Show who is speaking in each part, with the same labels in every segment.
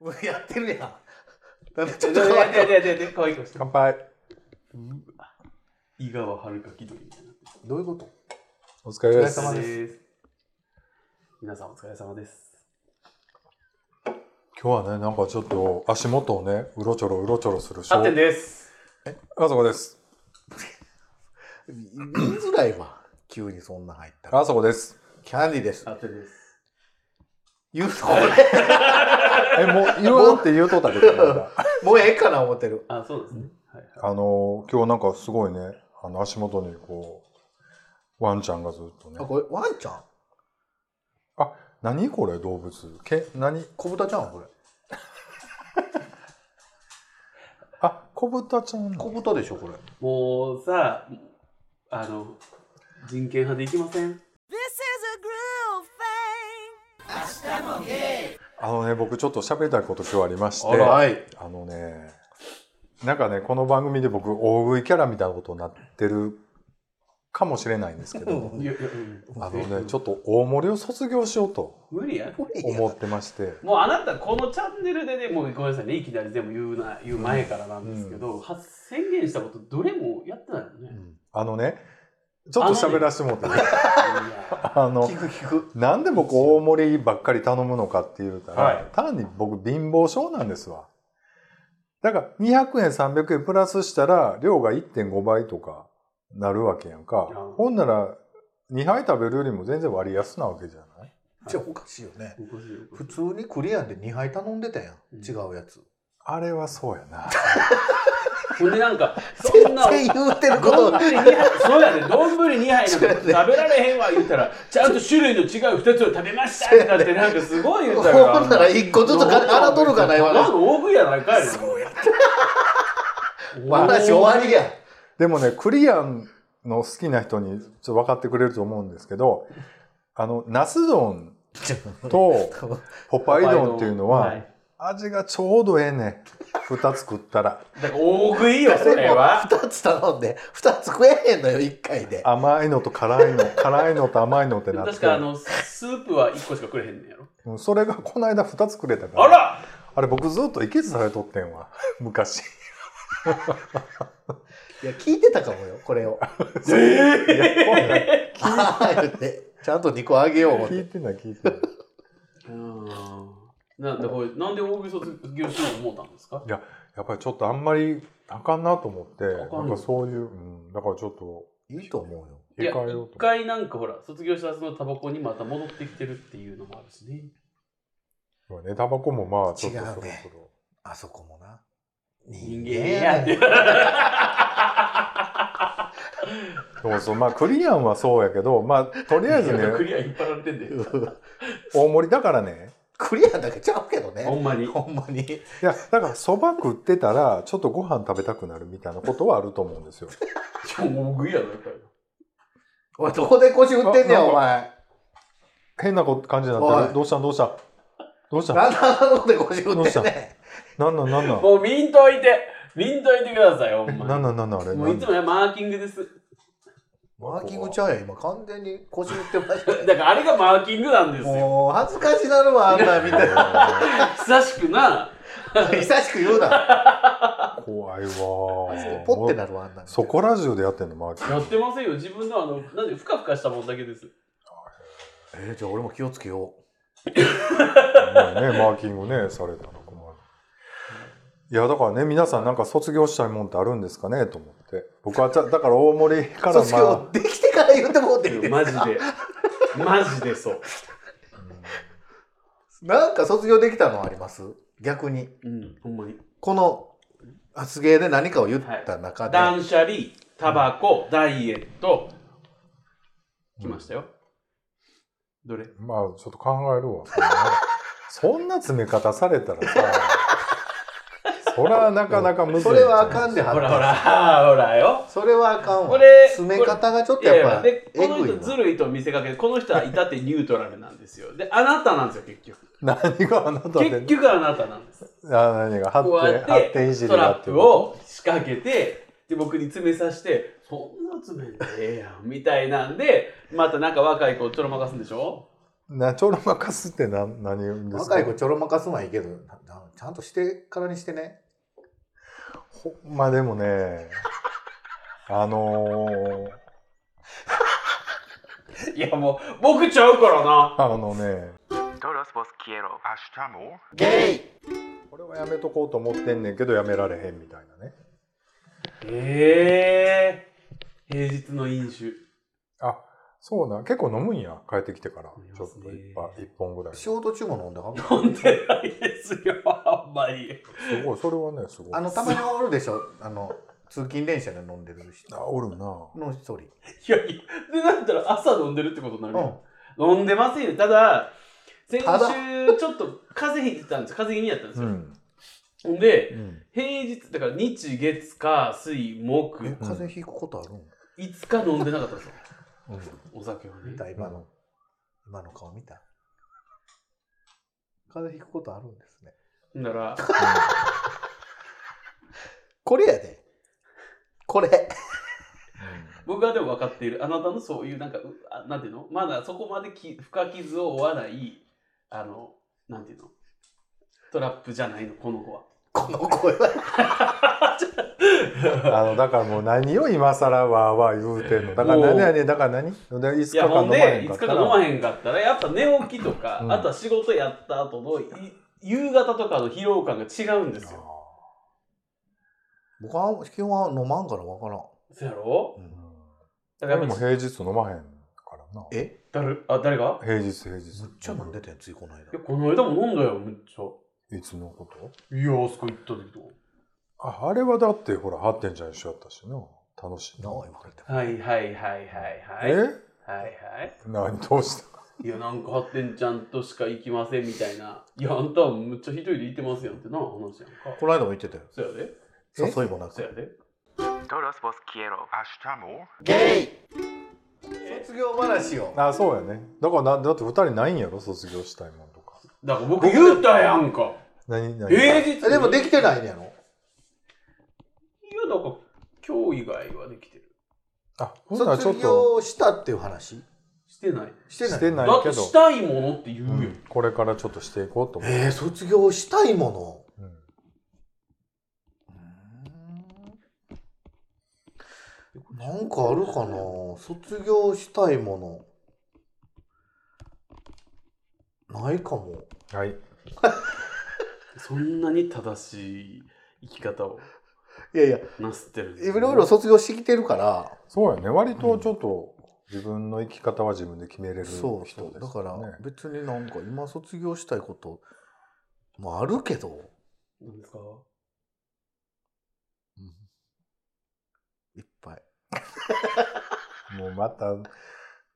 Speaker 1: もう やってるやん。なんか ち
Speaker 2: ち
Speaker 1: ょ
Speaker 2: ょ
Speaker 1: っと
Speaker 2: っと
Speaker 1: 可
Speaker 2: 可愛
Speaker 1: 愛
Speaker 2: い。
Speaker 1: い。
Speaker 2: 可愛い顔して
Speaker 3: 乾杯
Speaker 2: 井川遥気取りみたいな。
Speaker 1: どういうこと
Speaker 3: お疲れです
Speaker 1: お疲れ様です
Speaker 2: す。皆さんお疲れ様です。
Speaker 3: 今日はねなんかちょっと足元をねうろちょろうろちょろするショ
Speaker 2: あって
Speaker 3: ー
Speaker 2: んです。
Speaker 3: あそこです
Speaker 1: 言いづらいわ。急にそんなん入ったら。
Speaker 3: あそこです
Speaker 1: キャンディーです
Speaker 2: あ。ってんです。
Speaker 1: 言うと俺、
Speaker 3: え もう言わんって言うとったけどねまだ
Speaker 1: もうええかな思ってる。
Speaker 2: あ、そうですね。はいはい。
Speaker 3: あの今日なんかすごいねあの足元にこうワンちゃんがずっとね
Speaker 1: あ、これ、ワンちゃん
Speaker 3: 何これ動物け何
Speaker 1: 小豚ちゃんこれ。
Speaker 3: あ小豚ちゃん
Speaker 1: 小豚でしょ、これ。
Speaker 2: もうさ、あの、人権派でいきませ
Speaker 4: This
Speaker 2: ん
Speaker 4: is a groove thing.
Speaker 3: あのね僕ちょっと喋りたいこと今日ありまして
Speaker 1: はい。
Speaker 3: あのね、なんかね、この番組で僕、大食いキャラみたいなことになってるかもしれないんですけ ど、
Speaker 2: いやいや、うん
Speaker 3: あのね、ち
Speaker 2: ょ
Speaker 3: ょっと大盛りを卒業しようと
Speaker 2: 無理や。
Speaker 3: 思ってまして、
Speaker 2: もうあなた、このチャンネルでね、もうごめんなさいね、いきなり全部言うな、言う前からなんですけど、は宣言したこと、どれもやってないよね。
Speaker 3: あのね、ちょっと喋らせてもらってね、
Speaker 2: いや
Speaker 3: あの
Speaker 1: 聞、く聞く。
Speaker 3: なんで僕大盛りばっかり頼むのかっていうたら、
Speaker 2: はい
Speaker 3: 単に僕貧乏症なんですわ。だから200円300円プラスしたら量が1.5倍とかなるわけやんか
Speaker 2: うん。
Speaker 3: ほんなら2杯食べるよりも全然割安なわけじゃない
Speaker 1: じゃあおかしいよね。
Speaker 2: おかしいおかし
Speaker 1: 普
Speaker 2: い
Speaker 1: 通にクリアンで2杯頼んでたやん。
Speaker 2: うん
Speaker 1: 違うやつ。
Speaker 3: あれはそうや な。
Speaker 2: ほんでなんか、そん
Speaker 1: 全
Speaker 2: な、
Speaker 1: 然言うてるこ
Speaker 2: 丼
Speaker 1: と
Speaker 2: 2。杯、そうやね、丼2杯なんか食べられへんわ言ったら、ちゃんと種類の違う2つを食べましたってなって、なんかすごい言うたら。
Speaker 1: ほんなら一個ずつ
Speaker 2: なんか
Speaker 1: 払っとるかないわな
Speaker 2: なんか大食いやないかいな。
Speaker 1: 話終わりや。
Speaker 3: でもね、クリアンの好きな人にちょっと分かってくれると思うんですけど、あの、ナス丼とポパイ丼っていうの
Speaker 2: い
Speaker 3: は味がちょうどええね。2つ食ったら。
Speaker 2: だから大食いよ、それは。
Speaker 1: 2つ頼んで、2つ食えへんのよ、1回で。
Speaker 3: 甘いのと辛いの辛いのと甘いのってなって
Speaker 2: 確かあの、スープは1個しかくれへんねんやろ。
Speaker 3: うんそれがこの間2つくれたから
Speaker 2: あら
Speaker 3: あれ僕ずっといけずされとってんわ 昔
Speaker 1: いや、聞いてたかもよ、これを。
Speaker 3: いやほら
Speaker 1: ああ、 言って。ちゃんと2個あげよう思っ
Speaker 3: 聞
Speaker 1: て。
Speaker 3: いてない聞いてない
Speaker 2: なんでこれなんで大食い卒業しよう思ったんですか
Speaker 3: やっぱりちょっとあんまりあかんなと思って
Speaker 2: あか
Speaker 3: なんんかそういう、うん、だからちょっと
Speaker 1: いいと思うよ。
Speaker 2: い
Speaker 3: 控
Speaker 2: や、
Speaker 3: えようと思っ
Speaker 2: 一回なんかほら、卒業したそのタバコにまた戻ってきてるっていうのもあるしね。
Speaker 3: てねタバコもまあちょっと
Speaker 1: 違
Speaker 3: そうろ
Speaker 1: ね
Speaker 3: そろ、
Speaker 1: あそこもな。
Speaker 2: 人
Speaker 1: 人
Speaker 2: 間やって。
Speaker 3: そうそうまあクリアンはそうやけどまあとりあえず
Speaker 2: ク
Speaker 3: ね
Speaker 2: リア引っ張られてんで。
Speaker 3: 大盛りだからね
Speaker 1: クリアだけちゃうけど
Speaker 2: ほ
Speaker 1: ね。
Speaker 2: んまに。
Speaker 1: ほんまに。
Speaker 3: いやだからそば食ってたらちょっとご飯食べたくなるみたいなことはあると思う んですよ
Speaker 2: 大食いやないかい
Speaker 1: おい、どこで腰振ってんね
Speaker 3: あ
Speaker 1: ん、お前。
Speaker 3: 変なこ感じになって
Speaker 1: おい
Speaker 3: る。どうしたんどうしたんどうしたん
Speaker 1: なんであんなとこで腰振ってんね
Speaker 3: なんなんなんなん
Speaker 2: もう見んといて、見んといてください、ほん
Speaker 3: な
Speaker 2: ま
Speaker 3: んなんなんなんあれ
Speaker 2: に。
Speaker 3: な
Speaker 2: もうい
Speaker 3: ん
Speaker 2: つもねマーキングです。
Speaker 1: ん。マーキングちゃうやん、今完全に腰振ってました
Speaker 2: だからあれがマーキングなんですよ。
Speaker 1: もう、恥ずかしなるわ、あんなん見て。
Speaker 2: 久しくな、
Speaker 1: 久しく言うな。
Speaker 3: 怖いわ
Speaker 1: ポッてなるわ、あんなん見て。
Speaker 3: そこら中でやってんのマーキ
Speaker 2: やってませんよ。自分のあの、なんで、ふかふかしたもんだけです。
Speaker 1: えーじゃあ俺も気をつけよ
Speaker 3: ングねマーキングねされたら困るいやだからね皆さんなんか卒業したいもんってあるんですかねと思って僕はじゃだから大森か
Speaker 1: う。
Speaker 3: ら
Speaker 1: 卒業
Speaker 3: ま
Speaker 1: できてから言ってもうてる
Speaker 2: マジで。マジでそう。
Speaker 1: なんか卒業できたのあります逆に。
Speaker 2: うん、ほんまに。
Speaker 1: この発芸で何かを言った中で、
Speaker 2: 断捨離、タバコ、ダイエット。来ましたよ。どれ
Speaker 3: あまあちょっと考えるわそんな詰め方されたらさそらなかなか難しい
Speaker 1: それはあかんで、
Speaker 2: ほらほ
Speaker 1: はっ
Speaker 2: ら、ほらよ
Speaker 1: た。それはあかんわ。
Speaker 2: これ
Speaker 1: 詰め方がちょっ
Speaker 2: い
Speaker 1: と
Speaker 2: やい
Speaker 1: やっ
Speaker 2: や、
Speaker 1: ぱ、
Speaker 2: で
Speaker 1: え、ぐ
Speaker 2: こ
Speaker 1: い
Speaker 2: の人ず
Speaker 1: わ。
Speaker 2: るいと見せかけて、この人はいたってニュートラルなんですよ。で、あなたなんですよ、結局。
Speaker 3: 何があなた
Speaker 2: 結
Speaker 3: で
Speaker 2: 局あなたなんです。
Speaker 3: あ何が
Speaker 2: こう
Speaker 3: 張って
Speaker 2: や
Speaker 3: 張
Speaker 2: っ
Speaker 3: ってい
Speaker 2: て、
Speaker 3: じ
Speaker 2: ス
Speaker 3: り
Speaker 2: ト
Speaker 3: だ
Speaker 2: ラ
Speaker 3: っ
Speaker 2: ッ
Speaker 3: てい
Speaker 2: プ
Speaker 3: うこと
Speaker 2: を仕掛けて、で、僕に詰めさせて、そんな詰めんでええやん、みたいなんで、またなんか若い子をちょろまかすんでしょ
Speaker 3: なちょろまかすってな何ですか
Speaker 1: 若い子ちょろまかすのはいいけど、ななちゃんとしてからにしてね。
Speaker 3: ほんまでもね、あのー、
Speaker 2: いやもう僕ちゃうからな
Speaker 3: あのね、
Speaker 5: Todos vos quiero. Hasta more.
Speaker 1: ゲイ
Speaker 3: これはやめとこうと思ってんねんけど、やめられへんみたいなね。
Speaker 2: ええ平日の飲酒
Speaker 3: あ、そうなん、結構飲むんや、帰ってきてから
Speaker 2: 飲み。
Speaker 3: ちょ
Speaker 2: ま
Speaker 3: っ
Speaker 2: すね
Speaker 3: と一杯、一本ぐらい。
Speaker 1: 仕
Speaker 3: す
Speaker 1: 事中も飲んではんの
Speaker 2: 飲んでないですよあんまり
Speaker 3: ごい、それはね、すごい。
Speaker 1: あの、たまにおるでしょ。あの、通勤電車で飲んでる人。
Speaker 3: あおるな。
Speaker 1: の一人。
Speaker 2: いやいやでなったら朝飲んでるってことになる
Speaker 1: う
Speaker 2: や
Speaker 1: ん
Speaker 2: ん。飲んでませんよただ先
Speaker 1: ただ
Speaker 2: 週ちょっと風邪ひいてたんです風邪気味やったんです
Speaker 3: う
Speaker 2: よ、
Speaker 3: ん。
Speaker 2: ほん、で
Speaker 3: うん。
Speaker 2: 平日だから日月火水木
Speaker 1: え、風邪ひくことあるん
Speaker 2: 5日飲んでなかったんですよお酒をね
Speaker 1: 見た今の、今の顔見た風邪ひくことあるんですね
Speaker 2: ほんなら
Speaker 1: これやでこれ
Speaker 2: 僕はでも分かっているあなたのそういうなんかうあなんていうのまだそこまでき深傷を負わないあのなんていうのトラップじゃないのこの子は
Speaker 1: この声は
Speaker 3: あの、だからもう何を今更わーわー言うてんの。だから
Speaker 2: もう
Speaker 3: 何々、だから何で ?5
Speaker 2: い
Speaker 3: 日
Speaker 2: や
Speaker 3: 間
Speaker 2: ほ
Speaker 3: 飲
Speaker 2: ん
Speaker 3: ま
Speaker 2: で
Speaker 3: へん
Speaker 2: 5
Speaker 3: かっ
Speaker 2: 日
Speaker 3: た
Speaker 2: 間飲
Speaker 3: ら。
Speaker 2: まへんかったらやっぱ寝起きとか、
Speaker 3: うん
Speaker 2: あとは仕事やった後のい夕方とかの疲労感が違うんですよ
Speaker 1: 僕は基本は飲まんからわからん、
Speaker 2: そやろ
Speaker 1: うん
Speaker 2: だか
Speaker 3: で
Speaker 2: らや
Speaker 3: も
Speaker 2: っぱ
Speaker 3: 平日飲まへんからな。
Speaker 1: え
Speaker 2: 誰あ誰が
Speaker 3: 平日、平日
Speaker 1: むっ。ちゃ飲んでたやんついこの間
Speaker 2: いやこの間も飲んだよめっちゃ
Speaker 3: いつのこと
Speaker 2: いやあそこ行った時とか
Speaker 3: ああれはだってほら、発展ちゃん一緒やったしな。楽しい
Speaker 1: な
Speaker 3: な。
Speaker 1: あ言われても
Speaker 2: はいはいはいはいはいはい
Speaker 3: え
Speaker 2: はい
Speaker 3: 何どうした
Speaker 2: いやなんか発展ちゃんとしか行きませんみたいな「いやあんたはむっちゃ一人で行ってますやん」ってな話やんか
Speaker 1: この間も言ってたよ
Speaker 2: そやで
Speaker 1: 誘いもな
Speaker 2: そや
Speaker 1: く
Speaker 2: で
Speaker 5: Todos vos quiero. Hasta more.
Speaker 1: ゲイ卒業話を
Speaker 3: あ、そうやね。だからな、だって二人ないんやろ卒業したいもんとか。
Speaker 2: だから僕言うたやんか
Speaker 3: 何何
Speaker 2: 平日
Speaker 1: えでも
Speaker 2: いや
Speaker 1: できてないねやろ
Speaker 2: だから今日以外はできてる
Speaker 3: あ、ほんならちょっ
Speaker 1: 卒
Speaker 3: と
Speaker 1: 業したっていう話
Speaker 2: してない
Speaker 1: してない
Speaker 3: してない
Speaker 2: だっ
Speaker 3: け
Speaker 2: て
Speaker 3: ど
Speaker 2: し、たいものって言う
Speaker 3: う
Speaker 2: よ、
Speaker 3: ん、これからちょっとしていこうと思う。
Speaker 1: えー、卒業したいもの
Speaker 3: うん
Speaker 1: なんかあるかな卒業したいものないかも
Speaker 3: はい。
Speaker 2: そんなに正しい生き方を
Speaker 1: いやいや
Speaker 2: なすってるんです
Speaker 1: い
Speaker 2: ね
Speaker 1: ろいろ卒業してきてるから
Speaker 3: そうやね。割とちょっと自分の生き方は自分で決めれる人です、ね。
Speaker 1: そうそうだから別になんか今卒業したいこともあるけど
Speaker 2: なんですか
Speaker 1: いっぱい
Speaker 3: もうまた、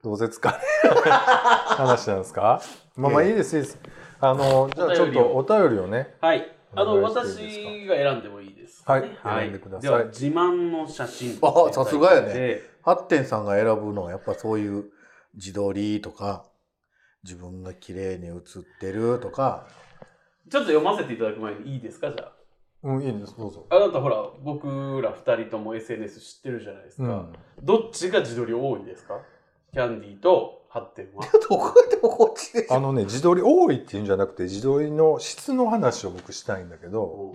Speaker 3: どうせ疲れ 話なんですかまあまあ
Speaker 1: いやい
Speaker 3: いいです、いいです。あの、じゃあちょっとお便りをね、
Speaker 2: はいあの
Speaker 3: お願いしていいですか
Speaker 2: 私が選んでもいいですか、
Speaker 3: はい
Speaker 2: ね、
Speaker 3: 選んでください
Speaker 2: では自慢の写真
Speaker 1: あさすがやね
Speaker 2: で
Speaker 1: ハッテンさんが選ぶのはやっぱそういう自撮りとか自分が綺麗に写ってるとか
Speaker 2: ちょっと読ませていただく前にいいですかじゃあ
Speaker 3: うん、いいです、どうぞ。
Speaker 2: あなたほら僕ら2人とも SNS 知ってるじゃないです
Speaker 3: う
Speaker 2: か、
Speaker 3: ん。
Speaker 2: どっちが自撮り多いですかキャンディーと発展は
Speaker 1: どこでもこっちでしょ
Speaker 3: あのね、自撮り多いっていうんじゃなくて、自撮りの質の話を僕したいんだけど、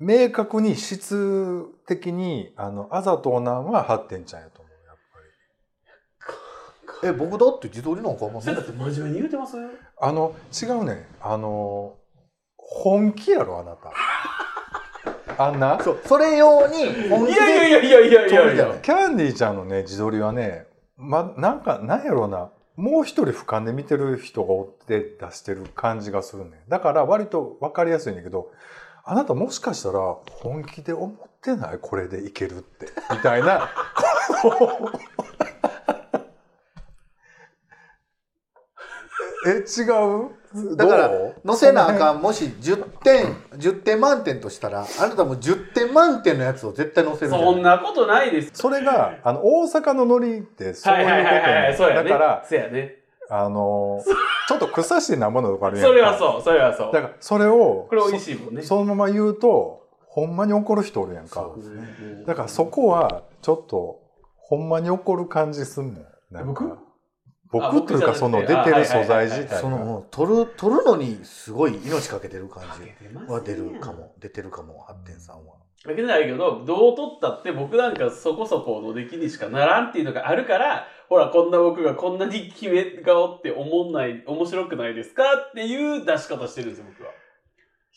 Speaker 3: 明確に質的に、あの、あざとおなんは発展ちゃんやと思う、やっぱり。
Speaker 1: え僕だって自撮りなんかあんま
Speaker 2: それだって真面目に言うてますよ
Speaker 3: あの、違うね。あの、本気やろ、あな た。あんな。
Speaker 1: そうそれ用に本
Speaker 2: い
Speaker 1: 気
Speaker 2: やい
Speaker 1: で
Speaker 2: やいやいやい
Speaker 1: 撮
Speaker 2: や
Speaker 1: る
Speaker 2: い
Speaker 1: じゃな
Speaker 2: や
Speaker 1: い
Speaker 3: キャンディーちゃんのね自撮りはね、ま、なんかなんやろうなもう一人俯瞰で見てる人がおって出してる感じがするねだから割と分かりやすいんだけどあなたもしかしたら本気で思ってないこれでいけるってみたい なこのえ違う
Speaker 1: だから
Speaker 3: どう
Speaker 1: 載せなあかんもし10点10点満点としたらあなたも10点満点のやつを絶対載せるじゃ
Speaker 2: そんなことないです
Speaker 3: それがあの大阪のノリってそうい
Speaker 2: は
Speaker 3: う
Speaker 2: い
Speaker 3: こ
Speaker 2: は
Speaker 3: と
Speaker 2: いはいはいはいそうや
Speaker 3: ねだ
Speaker 2: ね
Speaker 3: から
Speaker 2: そうやね
Speaker 3: あのーちょっと草してなんぼのとこあるやんか
Speaker 2: それはそうそれはそう
Speaker 3: だからそれを
Speaker 2: これ美味しいもんね
Speaker 3: そそのまま言うとほんまに怒る人おるやんか
Speaker 1: そ
Speaker 2: うん
Speaker 3: だからそこはちょっとほんまに怒る感じすんもんなんか
Speaker 2: 僕あ
Speaker 3: 僕という
Speaker 2: 僕じ
Speaker 3: か
Speaker 2: ゃ
Speaker 3: そ
Speaker 2: な
Speaker 3: の
Speaker 2: く
Speaker 3: 出
Speaker 2: て
Speaker 3: てる素
Speaker 2: あはいはい
Speaker 3: 材
Speaker 2: はい
Speaker 3: 自体
Speaker 1: その
Speaker 3: が
Speaker 1: うん取る取るのにすごい命かけてる感
Speaker 2: かけ
Speaker 1: じ
Speaker 2: てますね
Speaker 1: は出るかも出てるかも発展さんは。
Speaker 2: だけないけど、どう取ったって僕なんかそこそこの出来にしかならんっていうのがあるから、ほら、こんな僕がこんなに決め顔って思んない、面白くないですかっていう出し方してるんですよ、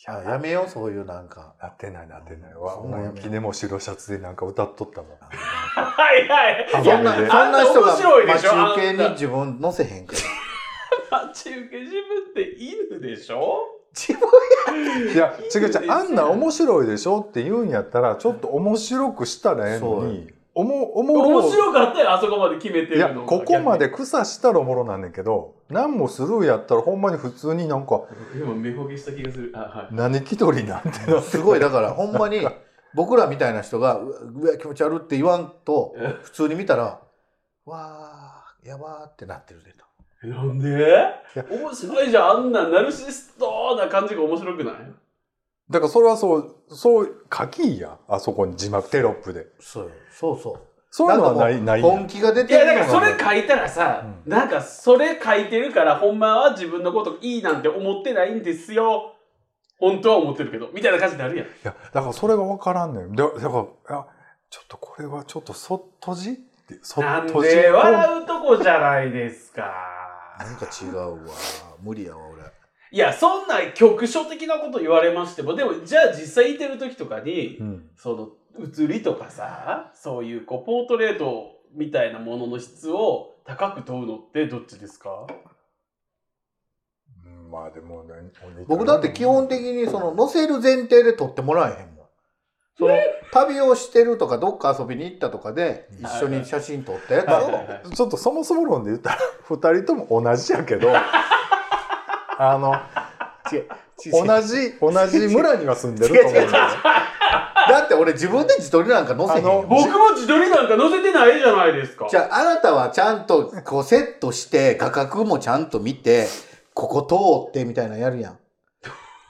Speaker 2: 僕は。
Speaker 1: あやめようそういうなんか。
Speaker 3: なってないなってない
Speaker 1: うん
Speaker 3: わ
Speaker 1: そんなんや
Speaker 3: 本気でもう白シャツでなんか歌っとったもん
Speaker 2: はいはい。
Speaker 1: そ
Speaker 3: あ
Speaker 1: ん
Speaker 2: い
Speaker 1: な
Speaker 2: や、
Speaker 1: そんな
Speaker 3: で
Speaker 1: 人が
Speaker 2: 面白いでしょ
Speaker 1: 待ち受け
Speaker 2: あん
Speaker 1: に
Speaker 2: た
Speaker 1: 自分載せへん から。
Speaker 2: 待ち受け自分って犬でしょ
Speaker 1: 自分
Speaker 3: いや違う違うあんな面白いでしょって言うんやったらちょっと面白くしたらええの
Speaker 1: そう
Speaker 3: におもおもろ
Speaker 2: 面白かったよ、あそこまで決めて
Speaker 3: いや
Speaker 2: るのが。
Speaker 3: ここま
Speaker 2: 逆
Speaker 3: で草したらおもろなんねんけど何もスルーやったらほんまに普通になんか
Speaker 2: に。今、目ほぎした気がする。あ、はい。
Speaker 3: 何気取りなんて なって
Speaker 1: すごいだからほんまに僕らみたいな人が「うわうわ気持ち悪い」って言わんと
Speaker 2: え
Speaker 1: 普通に見たら「わーやばー」ってなってるでと。
Speaker 2: なんで面白いじゃん、あんなナルシストな感じが面白くない
Speaker 3: だからそれはそうそう書きいやあそこに字幕テロップで
Speaker 1: そうよそうそう。
Speaker 3: そういうのはない
Speaker 1: な
Speaker 3: なんい
Speaker 1: かもう本気が出
Speaker 2: い
Speaker 1: て
Speaker 2: や
Speaker 1: る
Speaker 2: だからそれ
Speaker 1: か
Speaker 2: 書いたらさ、
Speaker 3: う
Speaker 2: なんかそれ書いてるからほんまは自分のこといいなんて思ってないんですよ本当は思ってるけどみたいな感じになるやん
Speaker 3: いやだからそれが分からんねんだだからいやちょっとこれはちょっとそっとじってそ
Speaker 2: なん
Speaker 3: っとじ
Speaker 2: で笑うとこじゃないですか
Speaker 1: なんか違うわ無理やわ俺。
Speaker 2: いやそんな局所的なこと言われましてもでもじゃあ実際いてる時とかに、
Speaker 3: うん
Speaker 2: その写りとかさそういうこうポートレートみたいなものの質を高く問うのってどっちですか
Speaker 3: うんまあでもねお似た
Speaker 1: 僕だって基本的にその載せる前提で撮ってもらえへんもん。その旅をしてるとかどっか遊びに行ったとかで一緒に写真撮ったやつ
Speaker 2: はいはい
Speaker 1: を
Speaker 2: はい
Speaker 3: ちょっとそもそも論で言ったら 2人とも同じやけど あの
Speaker 1: 同じ
Speaker 3: 同じ 同じ村には住んでると思うんだよ
Speaker 1: 違う違う違うだって俺自分で自撮りなんか載せへん
Speaker 3: あの
Speaker 1: よ
Speaker 2: 僕も自撮りなんか載せてないじゃないですか
Speaker 1: じゃああなたはちゃんとこうセットして画角もちゃんと見てここ通ってみたいなのやるやん。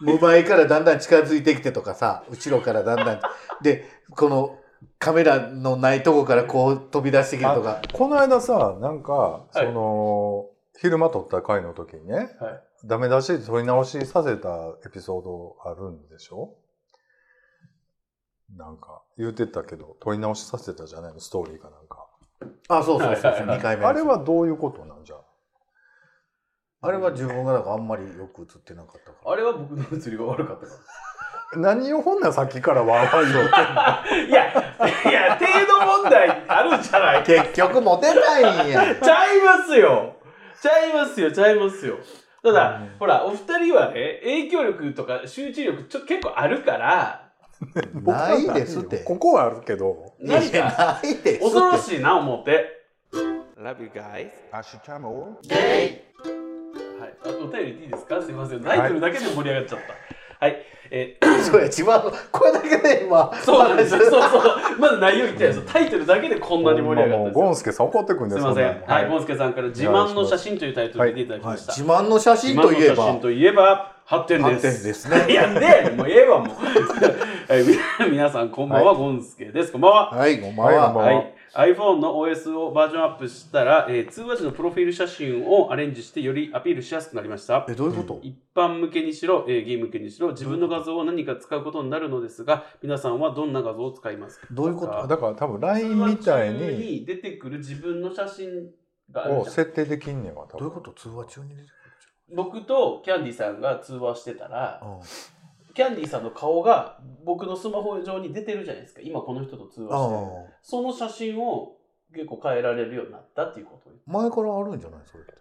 Speaker 1: 無前からだんだん近づいてきてとかさ後ろからだんだんでこのカメラのないとこからこう飛び出してきてとか
Speaker 3: この間さなんか
Speaker 2: い
Speaker 3: その、昼間撮った回の時にね、
Speaker 2: はい
Speaker 3: ダメ出しで撮り直しさせたエピソードあるんでしょなんか言うてたけど撮り直しさせたじゃないのストーリーかなんか
Speaker 1: あそうそうそうそう
Speaker 2: はいはいはい
Speaker 1: 2回目
Speaker 3: あれはどういうことなんじゃ
Speaker 1: あれは自分がなんかあんまりよく映ってなかったから
Speaker 2: あれは僕の写りが悪かったか
Speaker 3: 何をほんならさっきからわーわー言うてんの
Speaker 2: ら。いや、いや、程度問題あるんじゃないち
Speaker 1: 結局モテないんや
Speaker 2: ゃいますよちゃいますよちゃいますよただ、
Speaker 3: うん
Speaker 2: ほら、お二人はね、影響力とか集中力ちょ結構あるから、
Speaker 3: 僕は
Speaker 1: ないですって
Speaker 3: ここはあるけど
Speaker 2: 何
Speaker 1: いや
Speaker 2: か
Speaker 1: ないですって
Speaker 2: 恐ろしいな、思って。Love you guys.
Speaker 5: 明日も
Speaker 2: はい、あお便りでいいですかすいません。タイトルだけで盛り上がっちゃった。はい。え
Speaker 1: そうや違うこれだけで今
Speaker 2: ーそうなんですよ。そうそう。まだ内容言ってないです。タイトルだけでこんなに盛り上がったんですよ。
Speaker 3: ゴンスケさん怒ってくんですす
Speaker 2: み
Speaker 3: よ
Speaker 2: ません。はい、
Speaker 3: は
Speaker 2: ボ
Speaker 3: い
Speaker 2: ンスケさんから自慢の写真というタイトルで出ていただき
Speaker 1: はい
Speaker 2: ました。
Speaker 1: 自慢の写真といえば
Speaker 2: 自慢の写真といえば8点です。
Speaker 1: 8点ですね
Speaker 2: いやね、もうええわもう。はいみ 皆さんこんばんは、ゴンスケです。こんばんは。
Speaker 1: はいごま
Speaker 3: はい
Speaker 1: は
Speaker 3: こんばん
Speaker 2: はい iPhone の OS をバージョンアップしたら、えー通話時のプロフィール写真をアレンジしてよりアピールしやすくなりました
Speaker 1: え。どういうこと
Speaker 2: 一般向けにしろ、えーゲーム向けにしろ、自分の画像を何か使うことになるのですが、皆さんはどんな画像を使いますか
Speaker 1: どういうこと
Speaker 3: だから多分
Speaker 2: 通
Speaker 3: LINE
Speaker 2: 話
Speaker 3: みた
Speaker 2: 中
Speaker 3: いに
Speaker 2: に出てくる自分の写真がある
Speaker 3: を
Speaker 2: じゃん
Speaker 3: 設定できんねんわ多
Speaker 1: どうい
Speaker 3: 分
Speaker 1: うこと通話中に出て
Speaker 2: 僕とキャンディさんが通話してたら
Speaker 1: く、る
Speaker 2: キャンディさんの顔が僕のスマホ上に出てるじゃないですか今この人と通
Speaker 1: あ
Speaker 2: 話してる
Speaker 1: あ
Speaker 2: その写真を結構変えられるようになったっていうこと
Speaker 1: 前からあるんじゃないそれって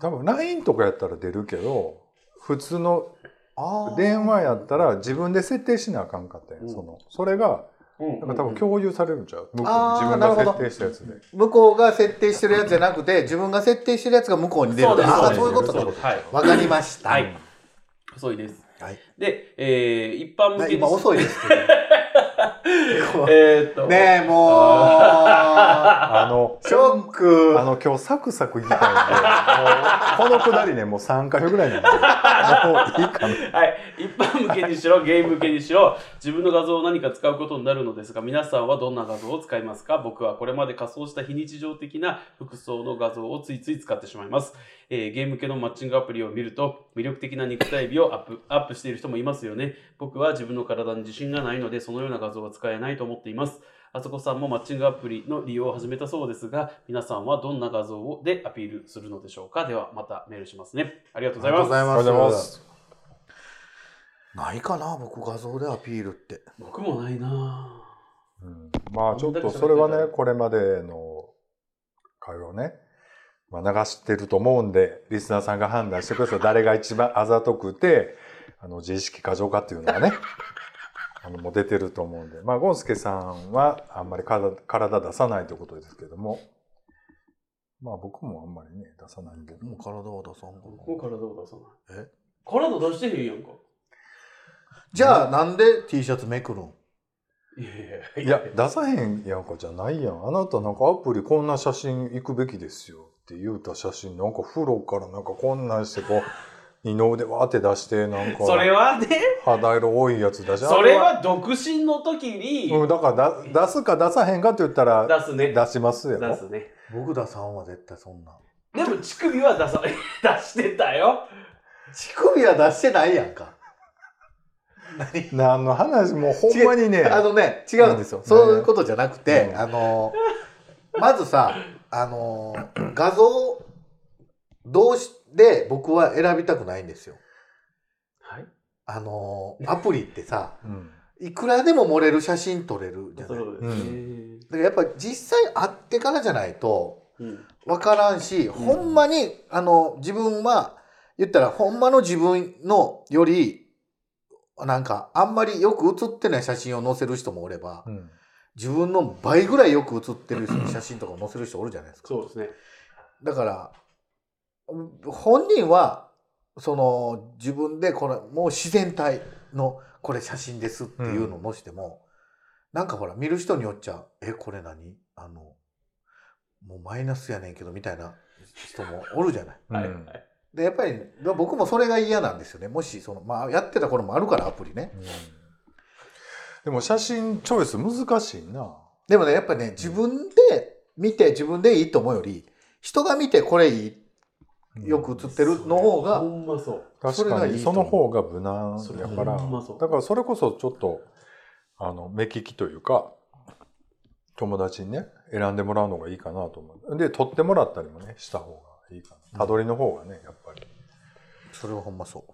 Speaker 3: 多分 LINE とかやったら出るけど普通の
Speaker 1: ああ
Speaker 3: 電話やったら自分で設定しなあかんかったんや、
Speaker 2: うん
Speaker 3: そのそれが
Speaker 2: うん
Speaker 3: なんか多分共有されるんちゃう、向こう
Speaker 1: あー
Speaker 3: 自分
Speaker 1: なる
Speaker 3: が
Speaker 1: ほど
Speaker 3: 設定したやつで
Speaker 1: 向こうが設定してるやつじゃなくて自分が設定してるやつが向こうに出る
Speaker 2: そうです
Speaker 1: あ
Speaker 2: そう
Speaker 1: あ
Speaker 2: です
Speaker 1: そういうこと
Speaker 2: そう
Speaker 1: だ
Speaker 2: ですはい
Speaker 1: わかりました
Speaker 2: はい細いです
Speaker 1: はい
Speaker 2: で、えー一般向 け
Speaker 1: 今遅いですけこう
Speaker 2: えーっと。
Speaker 1: ねえも
Speaker 3: あの
Speaker 1: う ショック
Speaker 3: あの今日サクサクいきたいんでもうこのくだりねもう3回目ぐ らいなんでもういいかな
Speaker 2: はい、一般向けにし ろゲーム向けにしろ自分の画像を何か使うことになるのですが皆さんはどんな画像を使いますか僕はこれまで仮装した非日常的な服装の画像をついつい使ってしまいます、えーゲーム系のマッチングアプリを見ると魅力的な肉体美をアップアップしている人もいますよね僕は自分の体に自信がないのでそのような画像は使えないと思っていますあそこさんもマッチングアプリの利用を始めたそうですが皆さんはどんな画像をでアピールするのでしょうかではまたメールしますねありがとうございます
Speaker 3: ありがとうございます
Speaker 1: ないかな僕画像でアピールって
Speaker 2: 僕もないなぁ
Speaker 3: うんまあちょっとそれはねこれまでの会話をね、まあ、流してると思うんでリスナーさんが判断してくださ い誰が一番あざとくてあの自意識過剰かっていうのがね あのもう出てると思うんでまあゴンスケさんはあんまり体体出さないということですけどもまあ僕もあんまりね出さないけど
Speaker 1: もう体は出さんかな
Speaker 2: 僕も体を出さない
Speaker 1: え
Speaker 2: 体出してへんやんか
Speaker 1: じゃあなんで T シャツめくるん
Speaker 2: いやい
Speaker 3: いや出さへんやんかじゃないやんあなたなんかアプリこんな写真行くべきですよって言うた写真なんか風呂からなんかこんなんしてこう二の腕わーって出してなんか
Speaker 2: それはね
Speaker 3: 肌色多いやつ出し
Speaker 2: それは独身の時に
Speaker 3: うん、だからだ出すか出さへんかって言ったら
Speaker 2: 出すね
Speaker 3: 出しますよ
Speaker 2: 出すね
Speaker 1: 僕出さんは絶対そんな
Speaker 2: でも乳首は出さ 出してたよ
Speaker 1: 乳首は出してないやんか
Speaker 3: 何の話もうほんまにね
Speaker 1: あのね違うんですよ
Speaker 3: うん
Speaker 1: そういうことじゃなくて、
Speaker 3: うん
Speaker 1: あのまずさあの画像どうしで僕は選びたくないんですよ
Speaker 2: はい
Speaker 1: あのアプリってさ
Speaker 3: うん
Speaker 1: いくらでも漏れる写真撮れるじゃ
Speaker 2: そ
Speaker 1: ないう
Speaker 2: ですね
Speaker 1: だからやっぱ実際会ってからじゃないと
Speaker 2: うん
Speaker 1: 分からんし、ほんまにあの自分は言ったらほんまの自分のよりなんかあんまりよく写ってない写真を載せる人もおれば
Speaker 3: うん
Speaker 1: 自分の倍ぐらいよく写ってる写真とかを載せる人おるじゃないですか
Speaker 2: そうですね
Speaker 1: だから本人はその自分でこれもう自然体のこれ写真ですっていうのを載せても、なんかほら見る人によっちゃ「えこれ何あのもうマイナスやねんけど」みたいな人もおるじゃない。
Speaker 3: うん
Speaker 2: はいはい
Speaker 1: でやっぱり僕もそれが嫌なんですよねもしその、まあ、やってた頃もあるからアプリね
Speaker 3: うんでも写真チョイス難しいな
Speaker 1: でもねやっぱね自分で見て自分でいいと思うより人が見てこれいいよく写ってるの方が
Speaker 2: ほんまそう
Speaker 1: そ
Speaker 3: 確
Speaker 1: れ
Speaker 3: か
Speaker 1: がいい
Speaker 3: に
Speaker 1: と
Speaker 3: そ
Speaker 1: 思う
Speaker 3: の方が無難
Speaker 2: それ
Speaker 3: やから
Speaker 2: ほんまそう
Speaker 3: だからそれこそちょっとあの目利きというか友達にね選んでもらうのがいいかなと思うで取ってもらったりもねした方がいいかなたどりの方がねやっぱり
Speaker 1: それはほんまそう。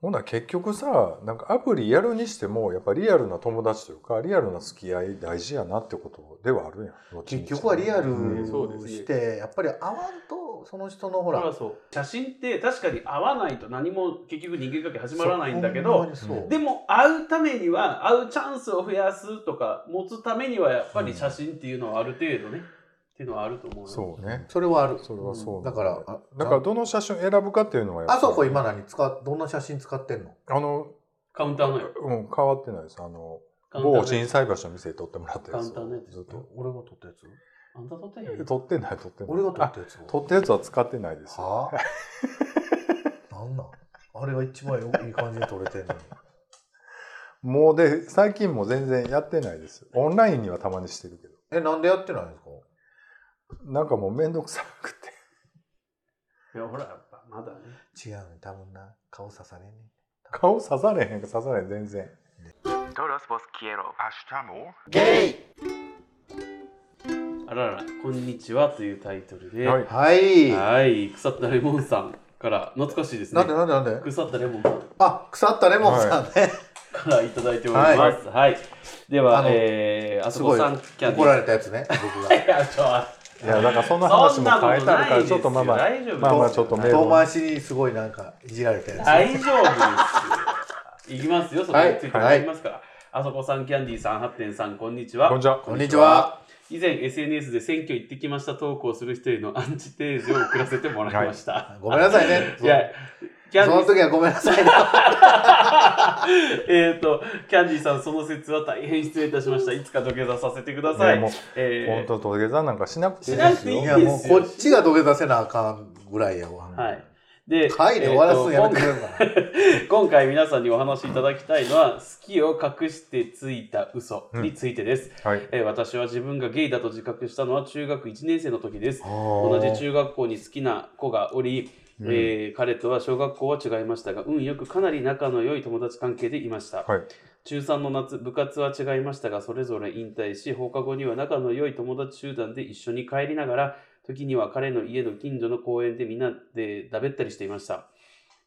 Speaker 3: ほんなら結局さなんかアプリやるにしてもやっぱリアルな友達というかリアルな付き合い大事やなってことではあるやんどっちに
Speaker 1: 結
Speaker 3: して
Speaker 1: 局
Speaker 3: も
Speaker 1: はリアル
Speaker 3: うん
Speaker 2: そうですね
Speaker 1: してやっぱり合わんとその人のほ
Speaker 2: ほ
Speaker 1: ら
Speaker 2: らそう写真って確かに合わないと何も結局人間関係始まらないんだけど
Speaker 1: そうほんまにそう
Speaker 2: でも会うためには会うチャンスを増やすとか持つためにはやっぱり写真っていうのはある程度ね、っていうのはあると思うよ
Speaker 3: そうね
Speaker 1: それはある
Speaker 3: それはそう
Speaker 1: だからあ
Speaker 3: だからどの写真を選ぶかっていうのはやっぱ
Speaker 1: あ
Speaker 3: り
Speaker 1: そこ今何使っどんな写真使ってんの
Speaker 3: あの
Speaker 2: カウンターのよ
Speaker 3: うん変わってないですあの
Speaker 2: カウンターの
Speaker 3: 某
Speaker 2: よ
Speaker 3: 震災橋の店で撮ってもらったやつ
Speaker 2: 簡単なやつ
Speaker 3: ずっと
Speaker 1: 俺が撮ったやつ
Speaker 2: あんた撮ってへんよ
Speaker 3: 撮ってない撮ってない
Speaker 1: 俺が撮
Speaker 3: あ
Speaker 1: ったやつ
Speaker 3: 撮ったやつは使ってないですよ
Speaker 1: は あなんなんあれが一番よいい感じに撮れてんのに
Speaker 3: もうで最近も全然やってないですオンラインにはたまにしてるけど
Speaker 1: えなんでやってないんですか
Speaker 3: なんかもう面倒くさくて
Speaker 2: いやほらやっぱまだね
Speaker 1: 違うね多分な顔刺されんね
Speaker 3: 顔刺されへん刺されへん全然
Speaker 5: Todos vos quiero. Hasta amor.
Speaker 1: ゲイ
Speaker 2: あらら「こんにちは」というタイトルで
Speaker 3: は
Speaker 2: はいい、
Speaker 1: はい
Speaker 2: 腐ったレモンさんから懐かしいですね
Speaker 1: なんでなんでなんで
Speaker 2: 腐ったレモンさん
Speaker 1: あ腐ったレモンさんね
Speaker 2: からいただいておりますはい、では
Speaker 1: あの
Speaker 2: えー、あそこさんキャンディー
Speaker 1: 怒られたやつね僕が
Speaker 2: いやちょ
Speaker 3: いやだからそんな話も変えたからちょっとまあまあ
Speaker 2: 大丈夫
Speaker 3: まあまあちょっとメール
Speaker 1: 遠
Speaker 3: を
Speaker 1: 回しにすごいなんかいじられたやつ、
Speaker 2: 大丈夫ですよ。いきますよ、そこについて
Speaker 1: はい
Speaker 2: いきますから。あそこさんキャンディーさん8.3こんにちは
Speaker 3: こんにちは
Speaker 1: こんにちは
Speaker 2: 以前 SNS で選挙行ってきました投稿する人へのアンチテーゼを送らせてもらいました、
Speaker 1: ごめんなさいね
Speaker 2: いやキャン
Speaker 1: その時
Speaker 2: ディー
Speaker 1: はごめんなさいね
Speaker 2: えっと、キャンディーさん、その説は大変失礼いたしました。いつか土下座させてください。
Speaker 3: ねもう
Speaker 2: えー
Speaker 3: 本当土下座なんかしなくてい
Speaker 2: し
Speaker 3: いで
Speaker 2: なく
Speaker 3: す
Speaker 2: ていい
Speaker 3: よ。
Speaker 1: い
Speaker 2: で
Speaker 1: や
Speaker 2: す
Speaker 1: もうこっちが土下座せなあかんぐらいやわ。
Speaker 2: はい。で、
Speaker 1: はいで終わらすんやめてくれるかな。
Speaker 2: えっと今回皆さんにお話しいただきたいのは、好きを隠してついた嘘についてです。
Speaker 3: はい。
Speaker 2: えー私は自分がゲイだと自覚したのは中学1年生の時です。同
Speaker 3: 同
Speaker 2: じ中学校に好きな子がおり、
Speaker 3: うん
Speaker 2: えー彼とは小学校は違いましたが運よくかなり仲の良い友達関係でいました、
Speaker 3: はい
Speaker 2: 中3の夏部活は違いましたがそれぞれ引退し放課後には仲の良い友達集団で一緒に帰りながら時には彼の家の近所の公園でみんなでだべったりしていました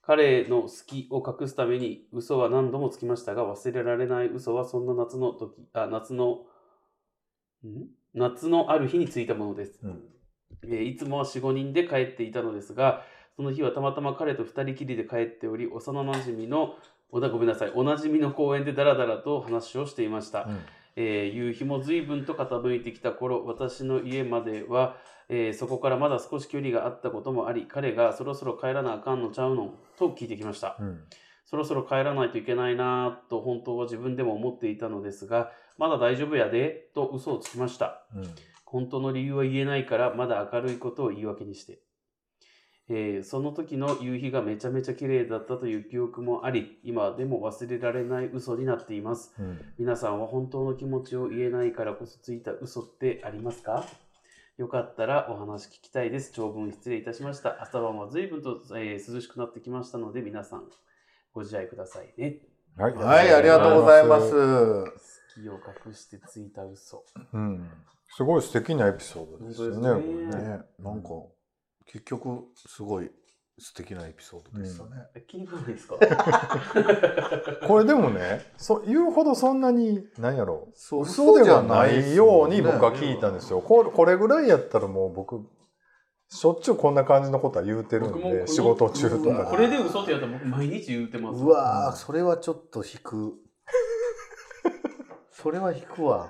Speaker 2: 彼の好きを隠すために嘘は何度もつきましたが忘れられない嘘はそんな夏の時あ夏のん夏のある日についたものです、
Speaker 3: うん
Speaker 2: えーいつもは45人で帰っていたのですがその日はたまたま彼と2人きりで帰っており幼なじみのおなごめんなさいおなじみの公園でダラダラと話をしていました、
Speaker 3: うん
Speaker 2: えー夕日も随分と傾いてきた頃私の家までは、えーそこからまだ少し距離があったこともあり彼がそろそろ帰らなあかんのちゃうのと聞いてきました
Speaker 3: うん。
Speaker 2: そろそろ帰らないといけないなぁと本当は自分でも思っていたのですがまだ大丈夫やでと嘘をつきました
Speaker 3: うん。
Speaker 2: 本当の理由は言えないからまだ明るいことを言い訳にして、えーその時の夕日がめちゃめちゃ綺麗だったという記憶もあり今でも忘れられない嘘になっています
Speaker 3: うん。
Speaker 2: 皆さんは本当の気持ちを言えないからこそついた嘘ってありますかよかったらお話聞きたいです長文失礼いたしました朝晩は随分と、えー涼しくなってきましたので皆さんご自愛くださいね
Speaker 3: はい
Speaker 1: はい、ありがとうございます。。
Speaker 2: 好きを隠してついた嘘
Speaker 3: うん。すごい素敵なエピソードですよね。
Speaker 2: 本当ですね
Speaker 3: これね
Speaker 1: ね、なんか、結局、すごい素敵なエピソードでしたね。
Speaker 2: え気にならないですか
Speaker 3: これでもね、そう言うほどそんなに何やろう。
Speaker 1: そう
Speaker 3: 嘘ではないように僕は
Speaker 2: ね
Speaker 3: 聞いたんですよ。これこれぐらいやったらもう僕しょっちゅうこんな感じのことは言うてるん
Speaker 2: 僕もこの
Speaker 3: で仕事中と
Speaker 1: うわ
Speaker 3: か
Speaker 2: こ
Speaker 3: で。
Speaker 2: れで嘘ってやったら僕毎日言うてます
Speaker 1: うわー、それはちょっと引く。それは引くわ。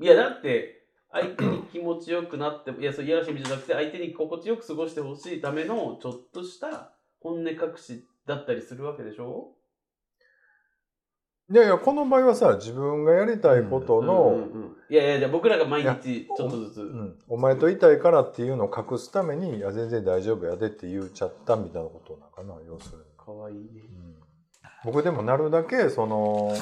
Speaker 2: いや、だって、相手に気持ちよくなって、いや、そういやらしい意味じゃなくて、相手に心地よく過ごしてほしいための、ちょっとした本音隠しだったりするわけでしょ
Speaker 3: いやいやこの場合はさ自分がやりたいこと
Speaker 2: うん
Speaker 3: の、
Speaker 2: うんうんいやいやいや、僕らが毎
Speaker 3: いや
Speaker 2: 日ちょっとずつ。
Speaker 3: うんお前といたいからっていうのを隠すためにいや全然大丈夫やでって言っちゃったみたいなことなのかな要するに。
Speaker 2: かわいいね。
Speaker 3: うん僕でもなるだけその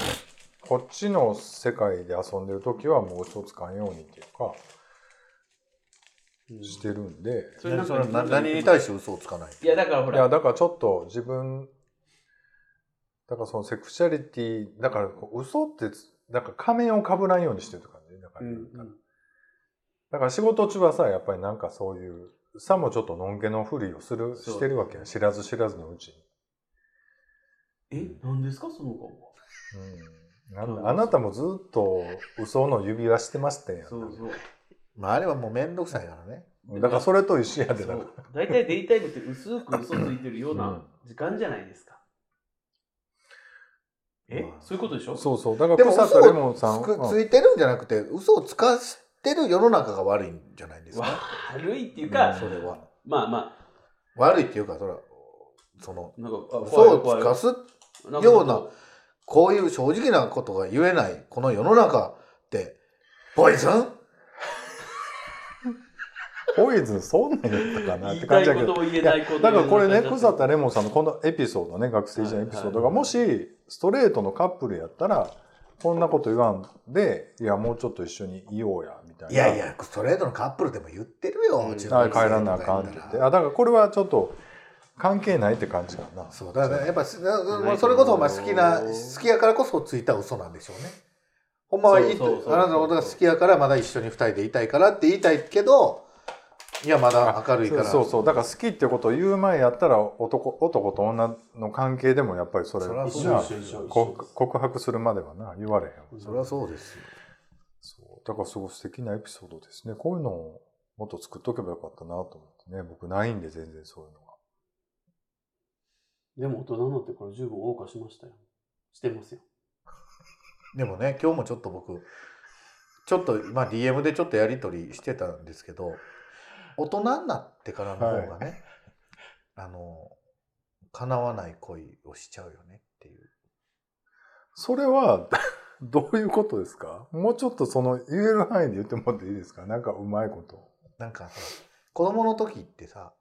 Speaker 3: こっちの世界で遊んでる時はもう嘘つかんようにっていうか
Speaker 2: うん
Speaker 3: してるんで。
Speaker 2: それなん
Speaker 1: 何
Speaker 2: か
Speaker 1: 何に対して嘘をつかない
Speaker 2: いや、だからほ
Speaker 3: いや
Speaker 2: ら、
Speaker 3: だからちょっと自分だからそのセクシャリティだからこう嘘ってつだから仮面をかぶらんようにしてるって感じだか
Speaker 2: う
Speaker 3: ら,、
Speaker 2: んうん
Speaker 3: だから仕事中はさやっぱりなんかそういうさもちょっとのんけのふりをする
Speaker 2: そう
Speaker 3: してるわけや知らず知らずのうちに、
Speaker 2: え、なんですか、その顔は。
Speaker 3: うんなんだ
Speaker 2: うん
Speaker 3: あなたもずっと嘘の指輪してましたやん
Speaker 2: そうそう。
Speaker 1: まあ、あれはもう面倒くさいからね。
Speaker 3: だからそれと一緒やで
Speaker 2: そ
Speaker 3: だから
Speaker 2: う大体デイタイムって薄く嘘ついてるような時間じゃないですか。え
Speaker 1: まあ
Speaker 2: そういうことでしょ
Speaker 3: そうそうだか
Speaker 1: で
Speaker 3: ら
Speaker 1: も
Speaker 3: 草
Speaker 1: 嘘
Speaker 3: とレモンさん
Speaker 1: つく
Speaker 3: うん
Speaker 1: ついてるんじゃなくて、嘘をつかしてる世の中が悪いんじゃないですか。
Speaker 2: 悪いっていうか、
Speaker 3: うん
Speaker 1: それは。
Speaker 2: まあま
Speaker 1: 悪いっていうか、それは、その、
Speaker 2: あ、なんか、あ
Speaker 1: 嘘をつかす、
Speaker 2: 怖い
Speaker 1: よう
Speaker 2: な
Speaker 1: なん
Speaker 2: か
Speaker 1: こういう正直なことが言えない、この世の中って、ポイズン
Speaker 3: ポイズンそんなんやったかなっ
Speaker 2: 言
Speaker 3: て
Speaker 2: いた
Speaker 3: 感じ
Speaker 2: い
Speaker 3: やけ
Speaker 2: こ
Speaker 3: ど
Speaker 2: とも言えないこと
Speaker 3: だからこれね草田
Speaker 2: ね、
Speaker 3: レモンさんのこのエピソードね学生時代のエピソード
Speaker 2: は
Speaker 3: が
Speaker 2: い
Speaker 3: もしストレートのカップルやったらこんなこと言わんでいやもうちょっと一緒にいようやみたいない
Speaker 1: やいや、ストレートのカップルでも言ってるよ、
Speaker 2: うん
Speaker 1: 中
Speaker 3: あ
Speaker 1: 学
Speaker 3: 帰
Speaker 1: 生
Speaker 3: らなあ
Speaker 1: と
Speaker 3: かん
Speaker 1: か
Speaker 3: って
Speaker 1: 言
Speaker 3: 言っ
Speaker 1: ってたら
Speaker 3: あだからこれはちょっと関係ないって感じかな
Speaker 1: そうだからやっぱすだからそれこそお前好きな好きやからこそついた嘘なんでしょうね。ほんまはいい
Speaker 2: そうそうそうそう
Speaker 1: あなたのことが好きやからまだ一緒に二人でいたいからって言いたいけどいやまだ明るいから
Speaker 3: そうそうだから好きってことを言う前やったら男男と女の関係でもやっぱりそれ
Speaker 1: そりゃそう
Speaker 3: な
Speaker 2: 一緒一緒一緒
Speaker 3: 告告白するまではな言われへんわ
Speaker 1: それはそうですよ。
Speaker 3: そうだからすごい素敵なエピソードですねこういうのをもっと作っとけばよかったなと思ってね僕ないんで全然そういうのが
Speaker 2: でも大人になってこれ十分謳歌しましたよしてますよ
Speaker 1: でもね今日もちょっと僕ちょっとまあ DM でちょっとやり取りしてたんですけど大人になってからの方がね、あの叶わない恋をしちゃうよねっていう
Speaker 3: それは、 どういうことですかもうちょっとその言える範囲で言ってもらっていいですかなんかうまいこと。
Speaker 1: なんかさ子供の時ってさ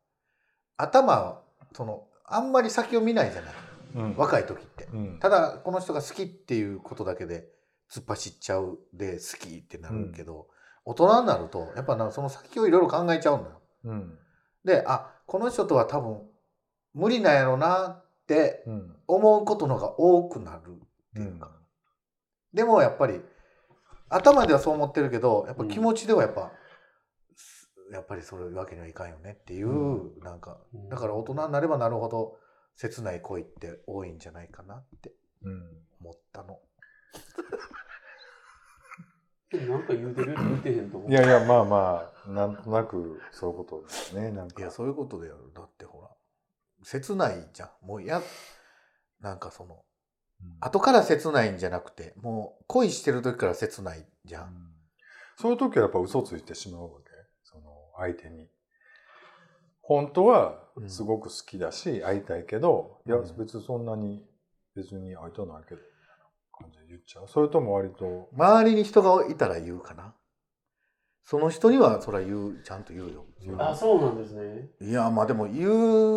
Speaker 1: 頭そのあんまり先を見ないじゃない
Speaker 3: うん
Speaker 1: 若い時って
Speaker 3: うん。
Speaker 1: ただこの人が好きっていうことだけで突っ走っちゃうで好きってなるけど、大人になるとやっぱなその先をいろいろ考えちゃうのよ。
Speaker 3: うん。
Speaker 1: であこの人とは多分無理なんやろなって
Speaker 3: うん。
Speaker 1: 思うことのが多くなるって
Speaker 3: う
Speaker 1: いうんか、でもやっぱり頭ではそう思ってるけどやっぱ気持ちではやっぱ、すやっぱりそれわけにはいかんよねっていう、
Speaker 3: う
Speaker 1: なんかだから大人になればなるほど切ない恋って多いんじゃないかなって
Speaker 3: うん。
Speaker 1: 思ったの。
Speaker 2: なんか言うてる言うてへんと思う
Speaker 3: いやいや、まあまあ、なんとなくそういうことですね。なんか。
Speaker 1: いやそういうことだよだってほら切ないじゃんもういやなんかその
Speaker 3: うん
Speaker 1: 後から切ないんじゃなくてもう恋してる時から切ないじゃ、
Speaker 3: うんんそういう時はやっぱ嘘ついてしまうわけ。その相手に。本当はすごく好きだし、会いたいけど、いや
Speaker 1: うん、
Speaker 3: 別にそんなに、別に会いたないけど、みたいな感じで言っちゃう。それとも割と、
Speaker 1: 周りに人がいたら言うかなその人にはそら言うちゃんと言うよ
Speaker 3: うん
Speaker 2: あそうなんですね
Speaker 1: いやまあでも言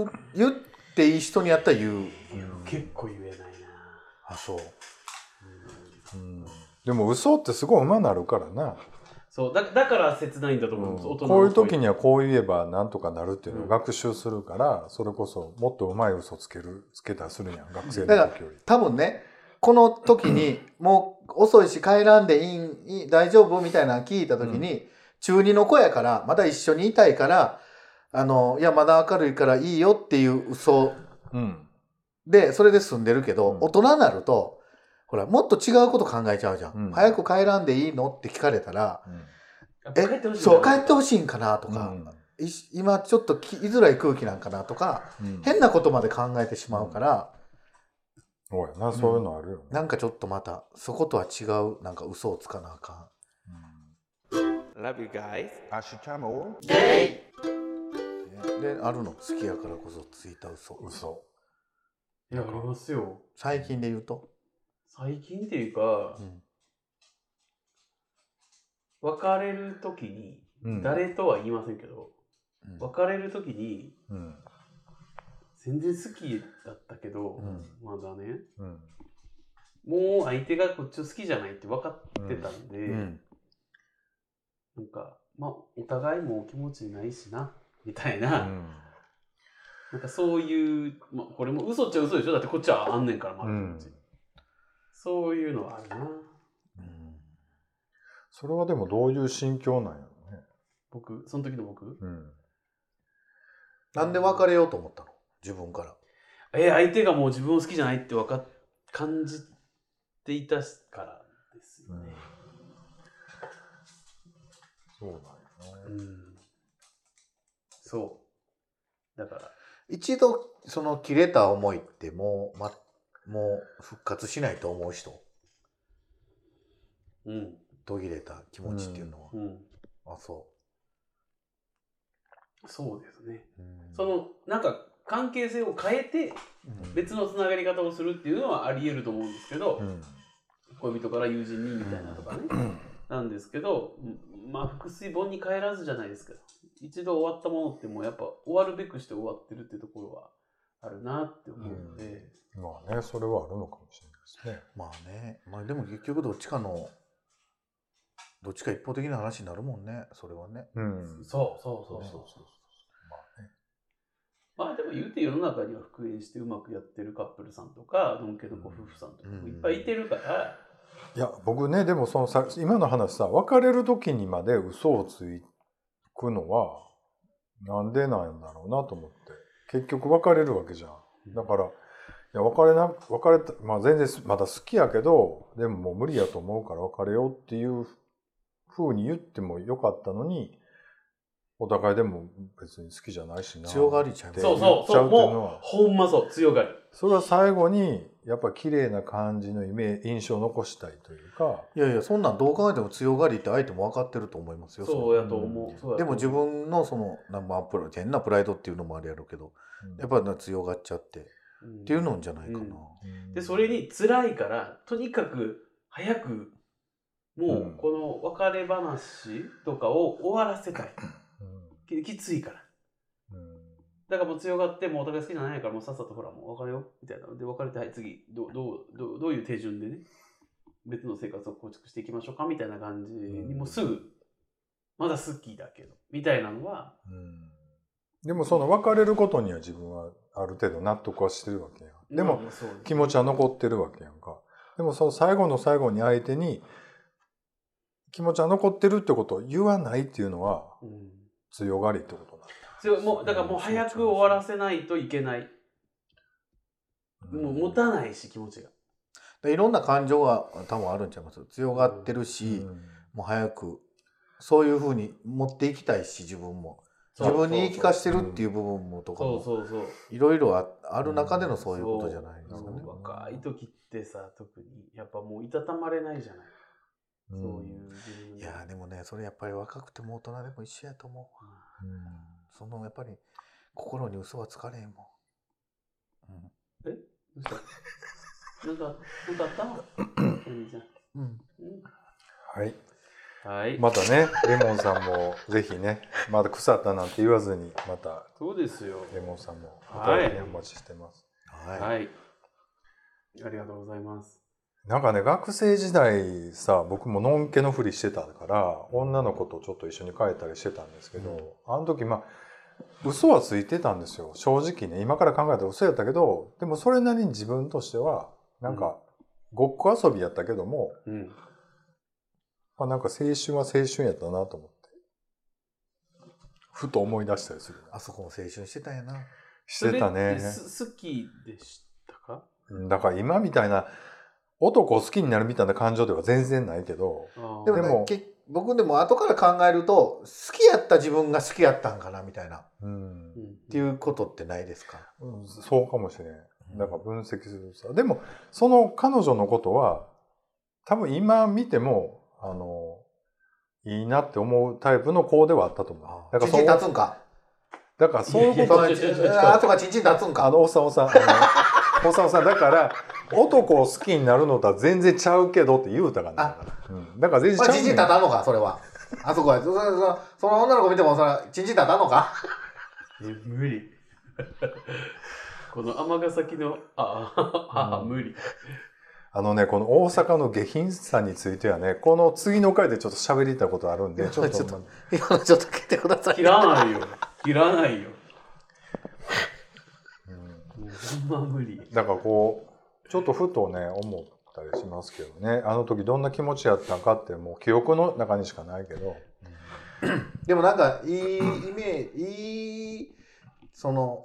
Speaker 1: う言っていい人にやったら言う
Speaker 2: 結構言えないな
Speaker 1: あそう
Speaker 3: うんでも嘘ってすごい馬なるからな、
Speaker 2: そうだだから切ないんだと思うんです、大人の
Speaker 3: こういう
Speaker 2: 声
Speaker 3: 時にはこう言えばなんとかなるっていうのを学習するから、それこそもっとうまい嘘つけるつけたりするやん学生の時より。
Speaker 1: 多分ねこの時にもう遅いし帰らんでいいんいい大丈夫みたいなの聞いた時に、中二の子やからまだ一緒にいたいからあのいやまだ明るいからいいよっていう嘘
Speaker 3: うん
Speaker 1: でそれで済んでるけど、
Speaker 3: うん
Speaker 1: 大人になるとほらもっと違うこと考えちゃうじゃん、
Speaker 3: うん
Speaker 1: 早く帰らんでいいのって聞かれたら
Speaker 2: やっぱ
Speaker 1: え
Speaker 2: 帰ってほしいんだ
Speaker 1: そう帰ってほしいんかなと
Speaker 3: うん
Speaker 1: か、い今ちょっとき居づらい空気なんかなとか
Speaker 3: うん
Speaker 1: 変なことまで考えてしまうから、
Speaker 3: そうやなそういうのあるよね。
Speaker 1: なんかちょっとまたそことは違うなんか嘘をつかなあかん
Speaker 5: Love you guys. Ashitamo.
Speaker 1: であるの好きやからこそついた嘘
Speaker 3: うん嘘
Speaker 2: いやありますよ
Speaker 1: 最近で言うと、
Speaker 2: 最近っていうか
Speaker 1: うん
Speaker 2: 別れる時に
Speaker 3: うん
Speaker 2: 誰とは言いませんけど、
Speaker 1: うん
Speaker 2: 別れる時に
Speaker 3: うん
Speaker 2: 全然好きだったけど、
Speaker 1: うん
Speaker 2: まだね
Speaker 3: うん
Speaker 2: もう相手がこっちを好きじゃないって分かってたんで、
Speaker 1: うん
Speaker 2: なんかまあお互いもう気持ちないしなみたいうな、
Speaker 3: ん
Speaker 2: なんかそういう、まあ、これも嘘っちゃ嘘でしょだってこっちはあんねんからまだ気持ち、
Speaker 3: うん
Speaker 2: そういうのはあるな
Speaker 1: うん
Speaker 3: それはでもどういう心境なんやろうね。
Speaker 2: 僕その時の僕
Speaker 3: うん
Speaker 1: なんで別れようと思ったの自分から
Speaker 2: え相手がもう自分を好きじゃないって分かっ感じていたからですよね、
Speaker 3: そうなんや
Speaker 2: う
Speaker 3: ね。
Speaker 2: んそうだから
Speaker 1: 一度その切れた思いってもう、ま、もう復活しないと思う人
Speaker 2: うん
Speaker 1: 途切れた気持ちっていうのは、
Speaker 2: うん
Speaker 1: あそ
Speaker 2: そうですね
Speaker 1: う、
Speaker 2: そのなんか関係性を変えて
Speaker 1: うん
Speaker 2: 別のつながり方をするっていうのはありえると思うんですけど、
Speaker 3: うん
Speaker 2: 恋人から友人にみたいなとかね、なんですけどうんまあ腹水盆に帰らずじゃないですけど一度終わったものってもうやっぱ終わるべくして終わってるっていうところはあるなって思うので、
Speaker 3: まあねそれはあるのかもしれないですね。
Speaker 1: まあねまあでも結局どっちかのどっちか一方的な話になるもんねそれはね
Speaker 3: うん
Speaker 2: そうそうそうそう
Speaker 3: そうそう
Speaker 2: まあでも言うて世の中には復縁してうまくやってるカップルさんとかのんけのご夫婦さんとかもいっぱいいてるから、
Speaker 3: いや僕ねでもそのさ今の話さ別れる時にまで嘘をつくのはなんでなんだろうなと思って結局別れるわけじゃんだからいや別れな別れた、まあ、全然すまだ好きやけどでももう無理やと思うから別れようっていうふうに言ってもよかったのにお互いでも別に好きじゃないしな
Speaker 1: 強がりちゃいます
Speaker 2: そうそうそう
Speaker 3: 言っちゃうっていうのは
Speaker 2: もうほんまそう強がり
Speaker 3: それは最後にやっぱ綺麗な感じのイメ印象を残したいというか
Speaker 1: いやいやそんなんどう考えても強がりって相手も分かってると思いますよ
Speaker 2: そうやと思うそうやと思う
Speaker 1: でも自分のそのなまあプラ変なプライドっていうのもあれやろうけどやっぱり強がっちゃって
Speaker 2: っ
Speaker 1: っていうのんじゃないかな、
Speaker 2: うんでそれに辛いからとにかく早くもうこの別れ話とかを終わらせたい、き
Speaker 3: う
Speaker 2: きついから
Speaker 3: ん、うん
Speaker 2: だからもう強がってもうお互い好きじゃないからもうさっさとほらもう別れようみたいなで別れてはい次どうどうどうどういう手順でね別の生活を構築していきましょうかみたいな感じにもうすぐまだ好きだけどみたいなのは
Speaker 3: うんでもその別れることには自分はある程度納得はしてるわけやでも
Speaker 2: まあそう
Speaker 3: 気持ちは残ってるわけやんかでもその最後の最後に相手に気持ちは残ってるってことを言わないっていうのは
Speaker 2: うん
Speaker 3: 強がりってこと
Speaker 2: 強いもうだからもう早く終わらせないといけない
Speaker 3: なん
Speaker 2: もう持たないし気持ちが
Speaker 1: でいろんな感情が多分あるんちゃいます強がってるし、
Speaker 3: うん
Speaker 1: もう早くそういうふうに持っていきたいし自分も自分に言い聞かせてるっていう部分もとか
Speaker 2: そう
Speaker 1: も
Speaker 2: そうそう
Speaker 1: いろいろあある中でのそういうことじゃないですか
Speaker 2: そ
Speaker 1: ね
Speaker 2: う。若い時ってさ特にやっぱもういたたまれないじゃない、そういう自分の
Speaker 1: いやーでもねそれやっぱり若くても大人でも一緒やと思うわそのやっぱり心に嘘はつかれへんもん
Speaker 2: どうしたなんかなんかあったお兄ちゃん
Speaker 1: うん、うん、
Speaker 2: う
Speaker 3: はい
Speaker 2: んはい、
Speaker 3: またねレモンさんもぜひねまだ腐ったなんて言わずにまた
Speaker 2: そうですよ
Speaker 3: レモンさんもお
Speaker 2: はい
Speaker 3: 便りお待ちしてます、
Speaker 1: はい、
Speaker 2: はいありがとうございます
Speaker 3: なんかね学生時代さ僕ものんけのふりしてたから女の子とちょっと一緒に帰ったりしてたんですけど、あの時まあ嘘はついてたんですよ正直ね今から考えたら嘘やったけどでもそれなりに自分としてはなんかごっこ遊びやったけども、
Speaker 2: うん
Speaker 3: まあ、なんか青春は青春やったなと思ってふと思い出したりするな
Speaker 1: あそこも青春してたんやな
Speaker 3: してた
Speaker 2: それっ
Speaker 3: ね
Speaker 2: てす好きでしたか
Speaker 3: うんだから今みたいな男を好きになるみたいな感情では全然ないけど
Speaker 2: でも
Speaker 1: でも,、ね、
Speaker 3: でも
Speaker 1: け僕でも後から考えると好きやった自分が好きやったんかなみたいなっ
Speaker 3: うん
Speaker 2: うん、
Speaker 1: ていうことってないですか、
Speaker 3: うんそうかもしれん。だから分析するとさ。でも、その彼女のことは、多分今見ても、あの、いいなって思うタイプの子ではあったと思
Speaker 1: あ
Speaker 3: う。
Speaker 1: あ
Speaker 3: だか
Speaker 1: チ
Speaker 3: ら
Speaker 1: ン
Speaker 3: そ
Speaker 1: チン立つ
Speaker 3: う、
Speaker 1: んか
Speaker 3: だからそういう
Speaker 2: いや
Speaker 3: こ
Speaker 2: いや
Speaker 3: と
Speaker 2: い
Speaker 3: は
Speaker 2: や
Speaker 1: ああとかチンチン立つん
Speaker 3: あ
Speaker 1: か
Speaker 3: の、おさんおさん、あ の、おさんおさん、だから、男を好きになるのとは全然ちゃうけどって言うたからな。うんだから全然
Speaker 1: まあ
Speaker 3: ちゃう
Speaker 1: チンチン立
Speaker 3: ねん
Speaker 1: たんのかそれ はあそこはそそそその女の子見てもそらチンチン立たんのか
Speaker 2: え無理 この尼崎のあああ、
Speaker 3: うん
Speaker 2: 無理
Speaker 3: あのね、この大阪の下品さについてはね、この次の回でちょっと喋りたことあるん で、ちょっ
Speaker 1: ちょ
Speaker 3: と
Speaker 1: っ、と今のちょっと聞いてください
Speaker 2: 切らないよ切らないよ
Speaker 3: うん
Speaker 2: もうほんま無理
Speaker 3: だからこうちょっとふとね思ったりしますけどねあの時どんな気持ちやったんかってもう記憶の中にしかないけど、
Speaker 1: でもなんかいいイメージいいその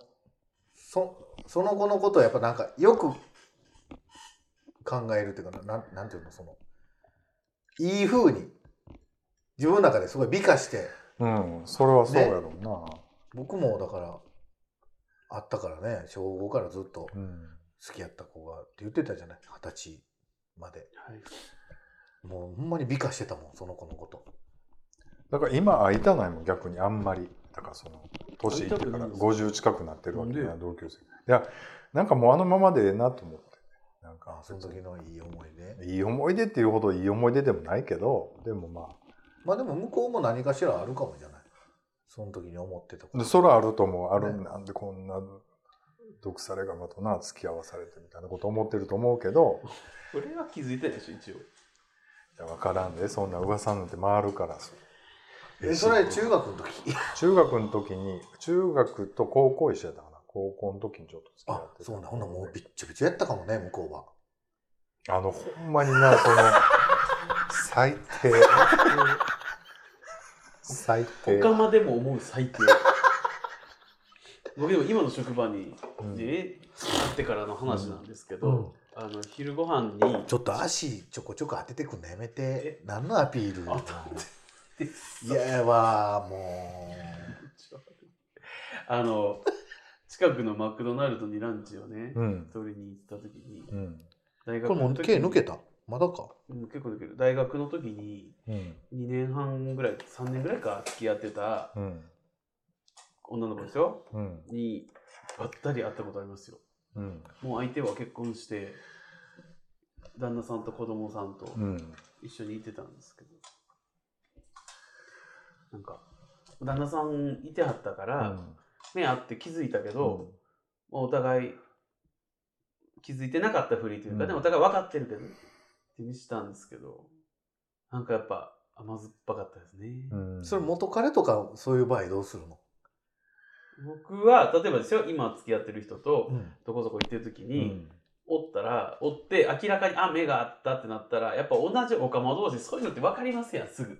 Speaker 1: そその子のことをやっぱなんかよく考えるっていうかななんなんていうのそのいい風に自分の中ですごい美化して
Speaker 3: うん、それはそうやろうな、
Speaker 1: 僕もだからあったからね小5からずっと
Speaker 3: うん
Speaker 1: 好きやった子がって言ってたじゃない二十歳まで
Speaker 2: はい
Speaker 1: もうほんまに美化してたもんその子のこと
Speaker 3: だから今会いたないもん逆にあんまりだからその年いってか
Speaker 2: 会いたくな
Speaker 3: ら
Speaker 2: いです
Speaker 3: 50近くなってるわけ
Speaker 2: な
Speaker 3: なん同級生いやなんかもうあのままでええなと思ってなんか
Speaker 1: あその時のいい思い出
Speaker 3: いい思い出っていうほどいい思い出でもないけどでもま
Speaker 1: まあでも向こうも何かしらあるかもじゃないその時に思ってたこと
Speaker 3: あでそれあると思うある、
Speaker 1: ね
Speaker 3: なんでこんな毒されがまとな付き合わされてみたいなこと思ってると思うけ ど
Speaker 2: これは気づいたでしょ一応
Speaker 3: いや分からんでそんな噂なんて回るから
Speaker 1: えそれ中学の時
Speaker 3: 中学の時に中学と高校一緒やったかな高校の時にちょっと付き合
Speaker 1: あ
Speaker 3: ってた
Speaker 1: そうねほんならもうびっちょびちょやったかもね向こうは
Speaker 3: あのほんまになその最低最低
Speaker 2: 他までも思う最低僕でも今の職場に
Speaker 3: うん
Speaker 2: ね、会ってからの話なんですけど、あの昼ご飯に
Speaker 1: ちょっと足ちょこちょこ当ててくんのやめて何のアピール
Speaker 2: 当たって
Speaker 1: いややわも
Speaker 2: あの近くのマクドナルドにランチをね
Speaker 3: うん
Speaker 2: 取りに行った時に
Speaker 3: うん
Speaker 2: 大
Speaker 1: う
Speaker 2: 学
Speaker 1: これもう
Speaker 2: 時
Speaker 1: 毛
Speaker 2: に
Speaker 1: 抜けたまだか
Speaker 2: うん結構抜ける大学の時に
Speaker 3: うん
Speaker 2: 2年半ぐらい3年ぐらいか付き合ってた
Speaker 3: うん
Speaker 2: 女の子ですよ
Speaker 3: うん
Speaker 2: にばったり会ったことありますよ
Speaker 3: うん
Speaker 2: もう相手は結婚して旦那さんと子供さんと
Speaker 3: うん
Speaker 2: 一緒にいてたんですけど、なんか旦那さんいてはったから、目合って気づいたけど、まあお互い気づいてなかったふりというか、
Speaker 3: うん
Speaker 2: でもお互い分かってるけどってにしたんですけどなんかやっぱ甘酸っぱかったですね、
Speaker 3: うん
Speaker 1: それ元彼とかそういう場合どうするの、
Speaker 2: 僕は例えばですよ今付き合ってる人と
Speaker 1: うん
Speaker 2: どこそこ行ってる時
Speaker 3: う
Speaker 2: に、
Speaker 3: ん
Speaker 2: おったらおって明らかにあ目があったってなったらやっぱ同じおかま同士そういうのって分かりますやんすぐ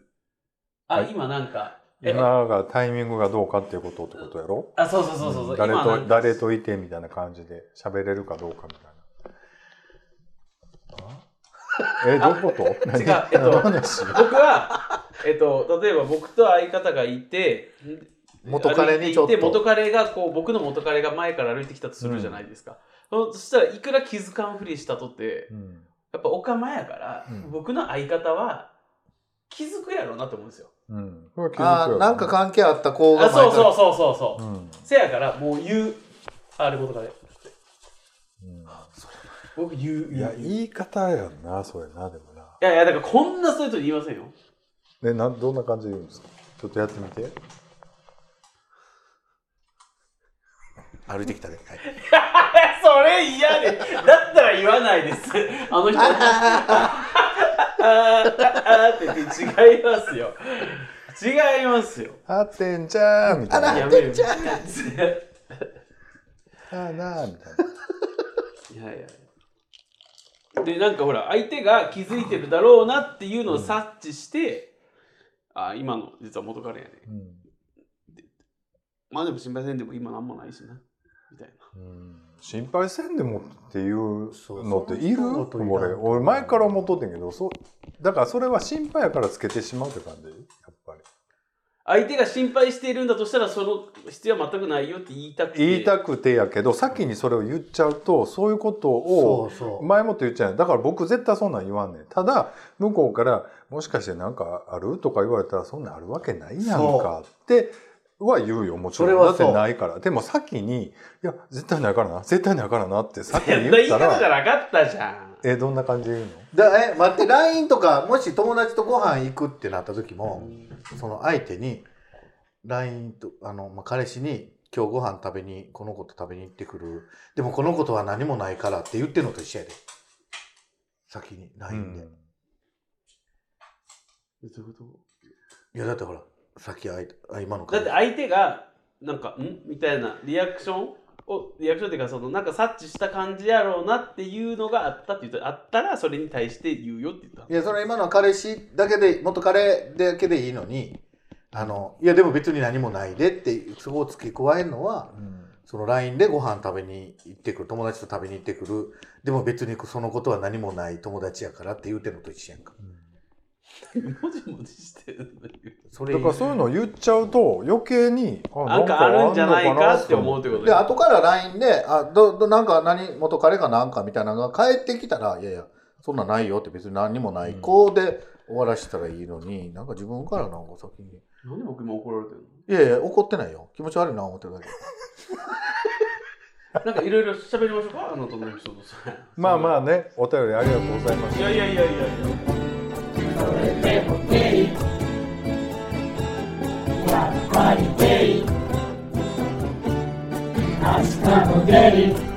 Speaker 2: あ、
Speaker 3: はい
Speaker 2: 今なんかえ
Speaker 3: 今がタイミングがどうかっていうことってことやろ
Speaker 2: あそうそうそうそうそう、
Speaker 3: ん誰
Speaker 2: 今なん
Speaker 3: と
Speaker 2: か
Speaker 3: 誰といてみたいな感じで喋れるかどうかみ たいな。あえ どういうこと
Speaker 2: 違うえっと
Speaker 3: 話
Speaker 2: 僕は、えっと、例えば僕と相方がいて
Speaker 1: 元彼にちょっ
Speaker 2: 歩いていて元
Speaker 1: と
Speaker 2: 彼がこう僕の元彼が前から歩いてきたとするじゃないですか、そそしたらいくら気づかんふりしたとって
Speaker 3: うん
Speaker 2: やっぱお釜やから、
Speaker 3: うん
Speaker 2: 僕の相方は気づくやろうなと思うんですよ
Speaker 3: うん、これは気づくよ
Speaker 1: あーなんか関係あった子が前
Speaker 2: あ
Speaker 1: から
Speaker 2: そうそうそうそうそう、
Speaker 3: うん
Speaker 2: せやからもう言うあれ元彼僕言う
Speaker 3: う
Speaker 2: 言
Speaker 3: ん
Speaker 2: う
Speaker 3: いや
Speaker 2: い
Speaker 3: 言い方やんなそれなでもな。
Speaker 2: やいやだからこんなそういうと言いませんよ
Speaker 3: ねなんどんな感じで言うんですかちょっとやってみて。
Speaker 1: 歩いてきたで、はい
Speaker 2: それ嫌で、だったら言わないです。あの人。ああああって言って違いますよ。違いますよ。
Speaker 3: あってんじゃーみたいな。
Speaker 2: やめる。いや
Speaker 3: あーなーみたいな。
Speaker 2: いや。で、なんかほら、相手が気づいてるだろうなっていうのを察知して、あ、今の実は元彼やね。
Speaker 3: うん
Speaker 2: まあでも心配せんでも今なんもないしな。みたいな。
Speaker 3: うん心配せんでもっていう
Speaker 1: そう
Speaker 3: のっている
Speaker 1: その人の
Speaker 3: 俺俺前から思っとってんけどそうだからそれは心配やからつけてしまうって感じやっぱり
Speaker 2: 相手が心配しているんだとしたら、その必要は全くないよって言いたくて。
Speaker 3: 言いたくてやけど先にそれを言っちゃうとそういうこと
Speaker 1: そ
Speaker 3: を
Speaker 1: うそう
Speaker 3: 前もって言っちゃうだから僕絶対そんなん言わんねんただ向こうから「もしかしてなんかある?」とか言われたら「そんなんあるわけないやんか」っては言うよもちろ
Speaker 1: それ
Speaker 3: んだ
Speaker 1: は
Speaker 3: っ
Speaker 1: そう
Speaker 3: てないからでも先に「いや絶対ないからな絶対ないからな」って先に
Speaker 2: 絶対言い
Speaker 3: 言った
Speaker 2: 方じゃ
Speaker 3: ら
Speaker 2: なかったじゃん。
Speaker 3: えどんな感じで言うの
Speaker 1: だえ待って LINE とかもし友達とご飯行くってなった時も、その相手に LINE とあの、まあ、彼氏に「今日ご飯食べにこの子と食べに行ってくるでもこの子とは何もないから」って言ってんのと一緒やで先に LINE で、
Speaker 3: うん
Speaker 2: えどういうこ
Speaker 1: いやだってほら先あいあ今の
Speaker 2: とだって
Speaker 1: あ
Speaker 2: 相手がなんか「ん?」みたいなリアクションをリアクションっていうかそのなんか察知した感じやろうなっていうのがあったって言ったあったらそれに対して言うよって言った
Speaker 1: いやそれは今のは彼氏だけで元彼だけでいいのにあのいやでも別に何もないでってそこを付け加えるのは
Speaker 3: うん
Speaker 1: その LINE でご飯食べに行ってくる友達と食べに行ってくるでも別にそのことは何もない友達やからって言うてんのと一緒やんか
Speaker 2: もじもじしてるのに
Speaker 1: それ
Speaker 3: だからそういうのを言っちゃうと余計に
Speaker 2: なんかあるんじゃないかって思う
Speaker 3: う
Speaker 2: ってこと
Speaker 1: で
Speaker 2: で
Speaker 1: 後から LINE で「あどどなんか何元彼かなんか」みたいなのが返ってきたら「いやいやそんなんないよ」って別に何にもない子で終わらしたらいいのになんか自分からなんか先に「
Speaker 2: なんで僕今怒られてる
Speaker 1: い
Speaker 2: の
Speaker 1: やいや怒ってないよ気持ち悪いな思ってるだけ」
Speaker 2: なんかいろいろ喋りましょうかあの友達との人とさ
Speaker 3: まあまあねお便りありがとうございまし
Speaker 2: い
Speaker 3: た
Speaker 2: やいやいやいやいや
Speaker 6: パリデイ明日もデイ